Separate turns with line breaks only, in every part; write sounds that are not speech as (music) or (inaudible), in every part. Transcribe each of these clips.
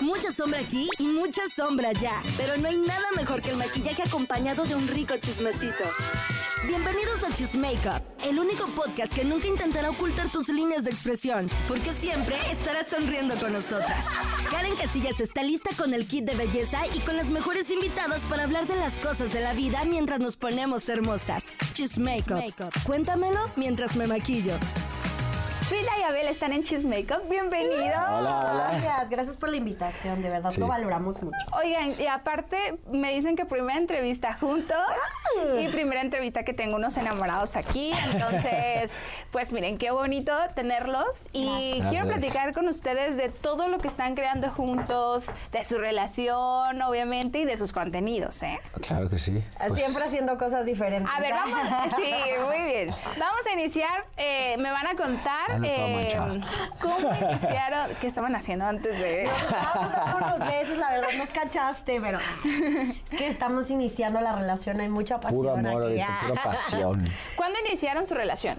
Mucha sombra aquí y mucha sombra allá. Pero no hay nada mejor que el maquillaje acompañado de un rico chismecito. Bienvenidos a Chismakeup, el único podcast que nunca intentará ocultar tus líneas de expresión, porque siempre estarás sonriendo con nosotras. Karen Casillas está lista con el kit de belleza y con las mejores invitadas para hablar de las cosas de la vida mientras nos ponemos hermosas. Chismakeup, cuéntamelo mientras me maquillo.
Frida y Abel están en Cheesemakeup. Bienvenidos.
Gracias, gracias por la invitación, de verdad
Sí.
lo valoramos mucho.
Oigan, y aparte me dicen que primera entrevista juntos y primera entrevista que tengo unos enamorados aquí. Entonces, pues miren, qué bonito tenerlos. Y
Gracias.
quiero platicar con ustedes de todo lo que están creando juntos, de su relación, obviamente, y de sus contenidos, ¿eh?
Claro que sí. pues,
Siempre haciendo cosas diferentes. (laughs)
A ver, vamos. Sí, muy bien. Vamos a iniciar. eh, me van a contar
Ando toda
eh,
manchada.
cómo iniciaron, qué estaban haciendo antes de.
Estábamos dándonos besos, la verdad nos cachaste, pero es que estamos iniciando la relación, hay mucha pasión
Puro amor,
aquí. ah.
ahorita, pura
(laughs)
pasión.
¿Cuándo iniciaron su relación?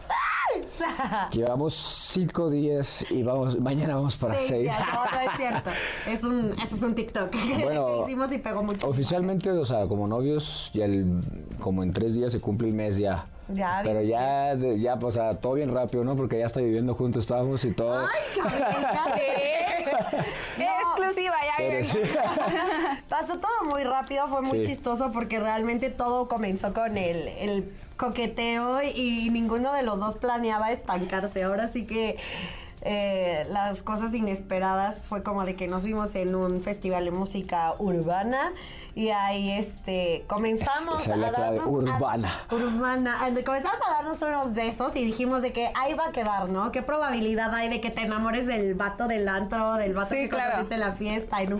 Llevamos cinco días y vamos, mañana vamos para
Sí,
seis.
ya, no, no es cierto. Es un, eso es un TikTok (laughs) que
Bueno,
hicimos y
(laughs)
pegó
(laughs)
mucho.
Oficialmente, o sea, como novios, ya el- como en tres días se cumple el mes ya.
Ya,
Pero
bien.
ya, de- ya, pues, o sea, todo bien rápido, ¿no? Porque ya está viviendo juntos, estábamos y todo.
Ay,
(laughs)
qué
Exclusiva, ya
Pero
vieron.
sí.
(laughs) Pasó todo muy rápido, fue muy
Sí.
chistoso porque realmente todo comenzó con el, el coqueteo y ninguno de los dos planeaba estancarse. Ahora sí que eh, las cosas inesperadas fue como de que nos vimos en un festival de música urbana y ahí este comenzamos
Esa es la clave,
darnos-
urbana.
urbana. And- Comenzamos a darnos unos besos y dijimos de que ahí va a quedar, ¿no? ¿Qué probabilidad hay de que te enamores del vato del antro, del vato
Sí,
que
claro.
conociste en la fiesta, en un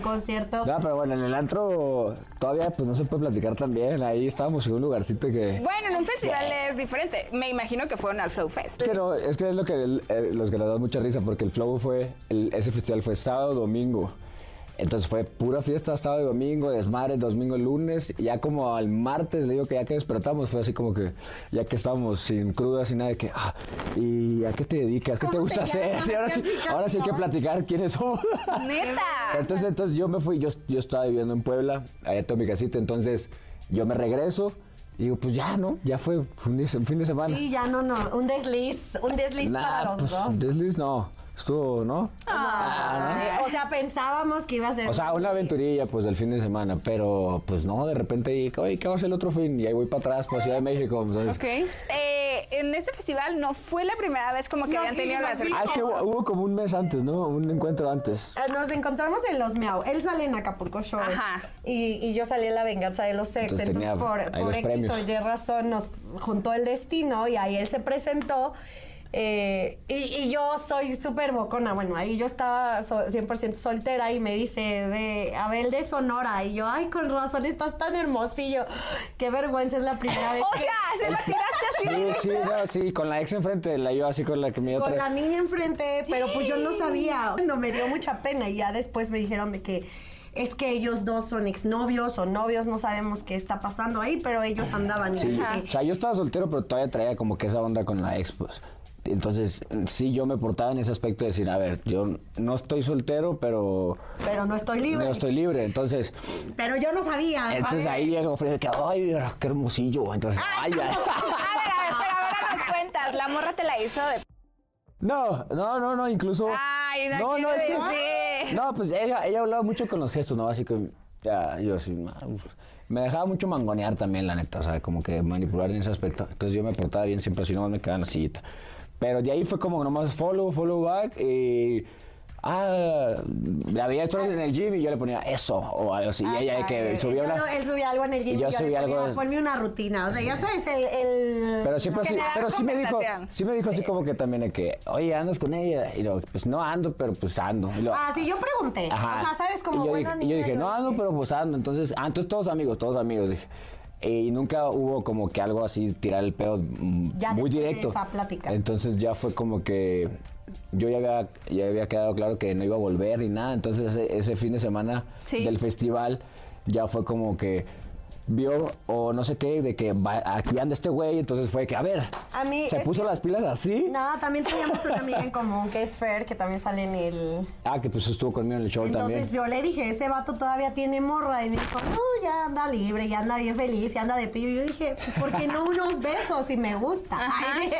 (laughs)
concierto?
No, pero bueno, en el antro todavía pues no se puede platicar tan bien. Ahí estábamos en un lugarcito que...
Bueno, en un festival es diferente. Me imagino que fueron al Flow Fest.
Es que no, es que es lo que el- eh, los que nos da mucha risa, porque el Flow fue, el- ese festival fue sábado, domingo. Entonces fue pura fiesta, sábado y domingo, desmadre, domingo, lunes. Y ya como al martes, le digo que ya que despertamos, fue así como que, ya que estábamos sin crudas y nada, de que, ah, ¿y a qué te dedicas? ¿Qué te
¿Cómo
gusta
te
hacer? (laughs)
llamas?
Sí, ahora sí,
¿Qué haces?
ahora sí hay que platicar quiénes somos.
Neta.
(laughs) Entonces, entonces yo me fui, yo, yo estaba viviendo en Puebla, allá tengo mi casita, entonces yo me regreso y digo, pues ya, ¿no? Ya fue un, dis- un fin de semana.
Sí, ya no, no. Un desliz. Un desliz
Nah,
para los
pues,
dos. Ah.
Desliz no. Estuvo, ¿no? Ah,
Ay, O sea, pensábamos que iba a ser.
O sea, una aventurilla, pues, del fin de semana. Pero, pues, no, de repente dije, oye, ¿qué va a ser el otro fin? Y ahí voy para atrás, para Ciudad de México. pues, ¿sabes?
Ok. Eh, en este festival no fue la primera vez como que
No,
habían
que
tenido
nos
la
Ah, es que hubo, hubo como un mes antes, ¿no? Un encuentro antes.
Ah, Nos encontramos en los Miau. Él sale en Acapulco Show.
Ajá.
Y, y yo salí en La Venganza de los Ex.
Entonces
Entonces,
tenía
por,
ahí
por
los
X o
premios.
Y razón nos juntó el destino y ahí él se presentó. eh, y, y yo soy súper bocona. Bueno, ahí yo estaba so- 100% soltera y me dice de Abel de Sonora. Y yo, ay, con razón, estás tan hermosillo. Qué vergüenza, es la primera vez.
(laughs) O
que-
sea, se la tiraste así.
Sí, sí, no, sí, con la ex enfrente, la yo así con la que me iba a
con la
traer.
niña enfrente, pero pues yo no sabía. No, me dio mucha pena y ya después me dijeron de que es que ellos dos son exnovios o novios, no sabemos qué está pasando ahí, pero ellos andaban. Y
Sí,
dije,
o sea, yo estaba soltero, pero todavía traía como que esa onda con la ex, pues. Entonces, sí, yo me portaba en ese aspecto de decir, a ver, yo no estoy soltero, pero
Pero no estoy libre.
no estoy libre. Entonces,
Pero yo no sabía.
Entonces
¿sabes?
ahí llega Fred que, ay, qué hermosillo. Entonces, ay, ay.
A ver, a ver, pero ahora nos cuentas. La morra te la hizo de.
(laughs) No, no, no, no, incluso.
Ay, no quiero decir.
No, pues ella, ella hablaba mucho con los gestos, ¿no? Así que ya, yo sí. ma- uf. Me dejaba mucho mangonear también, la neta, o sea, como que manipular en ese aspecto. Entonces yo me portaba bien siempre, así nomás me quedaba en la sillita. Pero de ahí fue como nomás follow, follow back y. Ah, la veía esto en el gym y yo le ponía eso o algo así. y ella de que
Ajá,
subía
yo
una.
no- él subía algo en el gym.
Y yo
le
subía algo-
ponía, Ponme una rutina. O sea, ya sabes, el. el-
Pero siempre
Que
así,
le dan
pero sí me dijo,
compensación.
sí me dijo así como que también de que, oye, andas con ella. Y luego, pues no ando, pero pues ando. Y luego,
Ah, sí, yo pregunté.
ajá.
O sea, sabes como
y yo
buena
dije, y
niña,
yo dije, no ando, pero pues ando. Entonces, ah, entonces todos amigos, todos amigos, dije. Eh, Y nunca hubo como que algo así, tirar el pedo mm,
Ya
muy
después de
directo.
esa plática.
Entonces ya fue como que yo ya había, ya había quedado claro que no iba a volver ni nada. Entonces ese, ese fin de semana
Sí.
del festival ya fue como que vio o no sé qué, de que va- aquí anda este güey, entonces fue que, a ver,
A mí
se
es
puso
que-
las pilas así.
No, también teníamos una amiga en común que es Fer, que también sale en el.
Ah, que pues estuvo conmigo en el show también.
Entonces yo le dije, ese vato todavía tiene morra. Y me dijo, no, ya anda libre, ya anda bien feliz, ya anda de pillo. Y yo dije, "Pues, ¿por qué no unos besos? Y me gusta. (laughs) Ay,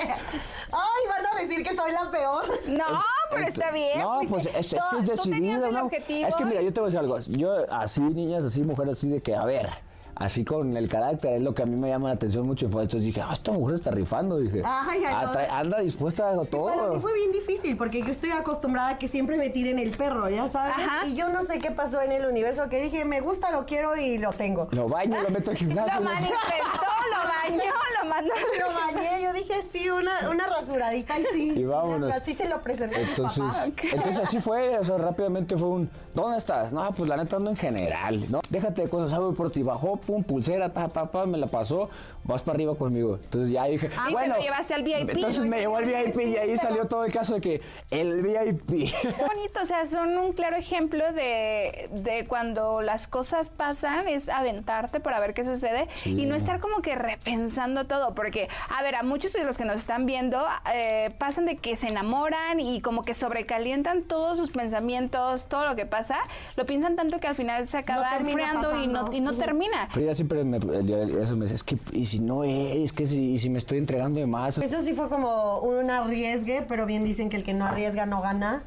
van a decir que soy la peor.
No, pero está bien.
No,
fuiste-
pues es, es
tú-
que es
tú tenías
decidida,
el
¿no?
objetivo.
Es que mira, yo te voy a decir algo. Yo, así, niñas, así, mujeres, así de que, a ver, así con el carácter, es lo que a mí me llama la atención mucho. Y fue- Entonces dije, ah, esta mujer está rifando. Dije,
Ay, ay,
"Ah,
no.
trae- anda dispuesta a todo.
Para mí fue bien difícil porque yo estoy acostumbrada a que siempre me tiren el perro, ya sabes.
Ajá.
Y yo no sé qué pasó en el universo que dije, me gusta, lo quiero y lo tengo.
Lo baño,
(laughs)
lo meto al gimnasio. (laughs)
Lo manifestó, lo bañó, lo mandó.
Lo bañé, yo dije, sí, una, una rasuradita y sí.
Y
sí,
vámonos.
Así se lo presenté a mis
Entonces,
papás.
entonces así fue, o sea, rápidamente fue un, ¿dónde estás? No, pues la neta ando en general, ¿no? Déjate de cosas, ¿sabes? Por ti bajó, pum, pulsera, pa, pa, pa, me la pasó, vas para arriba conmigo. Entonces ya dije,
Ah, y
bueno.
te llevaste al VIP.
Entonces me llevó al VIP
(laughs)
y ahí salió todo el caso de que el (laughs) VIP.
Qué bonito, o sea, son un claro ejemplo de, de cuando las cosas pasan, es aventarte para ver qué sucede y no estar como que repensando todo, porque, a ver, a muchos de los que nos están viendo eh, pasan de que se enamoran y como que sobrecalientan todos sus pensamientos, todo lo que pasa, lo piensan tanto que al final se acaba
termina
enfriando y no,
pasando.
y no termina.
Frida siempre me, el- el- eso me dice, es que, y si no es, que si, y si me estoy entregando de más.
Eso sí fue como un arriesgue, pero bien dicen que el que no arriesga no gana.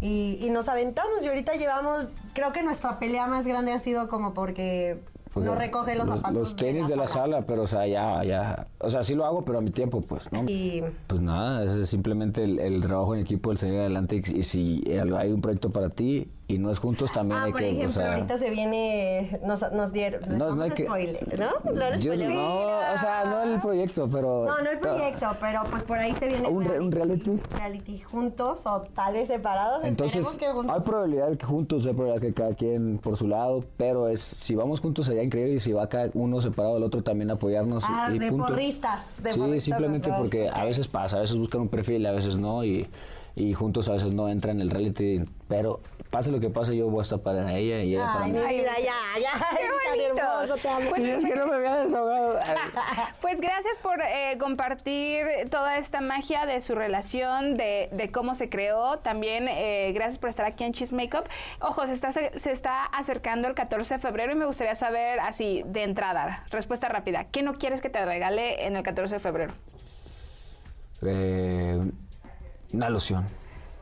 Y, y nos aventamos y ahorita llevamos, creo que nuestra pelea más grande ha sido como porque
Pues,
no recoge los zapatos.
Los tenis de la sala, pero o sea, ya, ya. O sea, sí lo hago, pero a mi tiempo, pues, ¿no?
Y
Pues nada, ese es simplemente el, el trabajo en equipo, el salir adelante. Y si el- hay un proyecto para ti y no es juntos, también
Ah,
hay
por
que. o
ejemplo,
sea,
ahorita se viene, nos, nos dieron, les
no,
vamos
no hay
a
que.
spoiler, ¿no? No les
Yo-
spoileo.
no, o sea, no el proyecto, pero.
No, no el proyecto, pero pues por ahí se viene
¿Un re- un reality?
reality juntos o tal vez separados.
Entonces,
esperemos que juntos.
hay probabilidad de que juntos, hay probabilidad que cada quien por su lado, pero es si vamos juntos sería increíble y si va cada uno separado del otro también apoyarnos.
Ah,
y
de
punto.
porristas, de
sí,
porristas
simplemente
los dos.
porque a veces pasa, a veces buscan un perfil, a veces no, y, y juntos a veces no entran en el reality, pero pase lo que pase, yo voy a estar para ella y ella pues, para
Ay,
mí.
mi vida, ya, ya. (laughs) Qué
bonito.
hermoso, te amo.
Cuéntame.
Es que no me había desahogado.
Pues gracias por eh, compartir toda esta magia de su relación, de, de cómo se creó. También eh, gracias por estar aquí en Cheese Makeup. Ojo, se está, se está acercando el 14 de febrero y me gustaría saber, así de entrada, respuesta rápida: ¿qué no quieres que te regale en el 14 de febrero?
(laughs) Eh, una loción.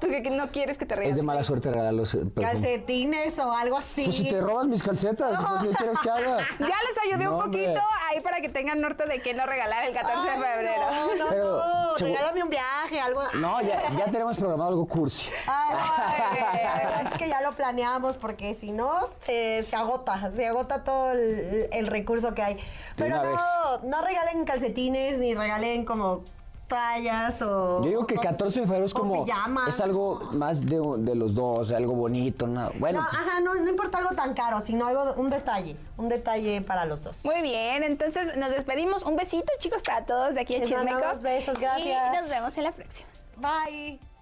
¿Tú qué no quieres que te regale?
Es de mala suerte regalarlos. eh, perfume.
Calcetines o algo así.
Pues si te robas mis calcetas, pues, ¿qué quieres que haga?
Ya les ayudé
No,
un
hombre.
poquito ahí para que tengan norte de qué no regalar el 14 de
Ay,
febrero.
No, no,
Pero,
no.
seguro-
Regálame un viaje, algo.
No, ya, ya tenemos programado algo cursi.
Ay,
Ay.
no, es que ya lo planeamos porque si no, eh, se agota, se agota todo el, el recurso que hay. Pero
una
no, no regalen calcetines ni regalen como tallas o...
Yo digo que
o-
14 de febrero es
o
como.
pijamas.
Es algo más de, de los dos, algo bonito. ¿no?
No,
Bueno, pues,
ajá, no, no importa algo tan caro, sino algo, un detalle, un detalle para los dos.
Muy bien, entonces nos despedimos. Un besito, chicos, para todos de aquí en
Les
Chismecos.
mandamos besos, gracias.
Y nos vemos en la próxima.
Bye.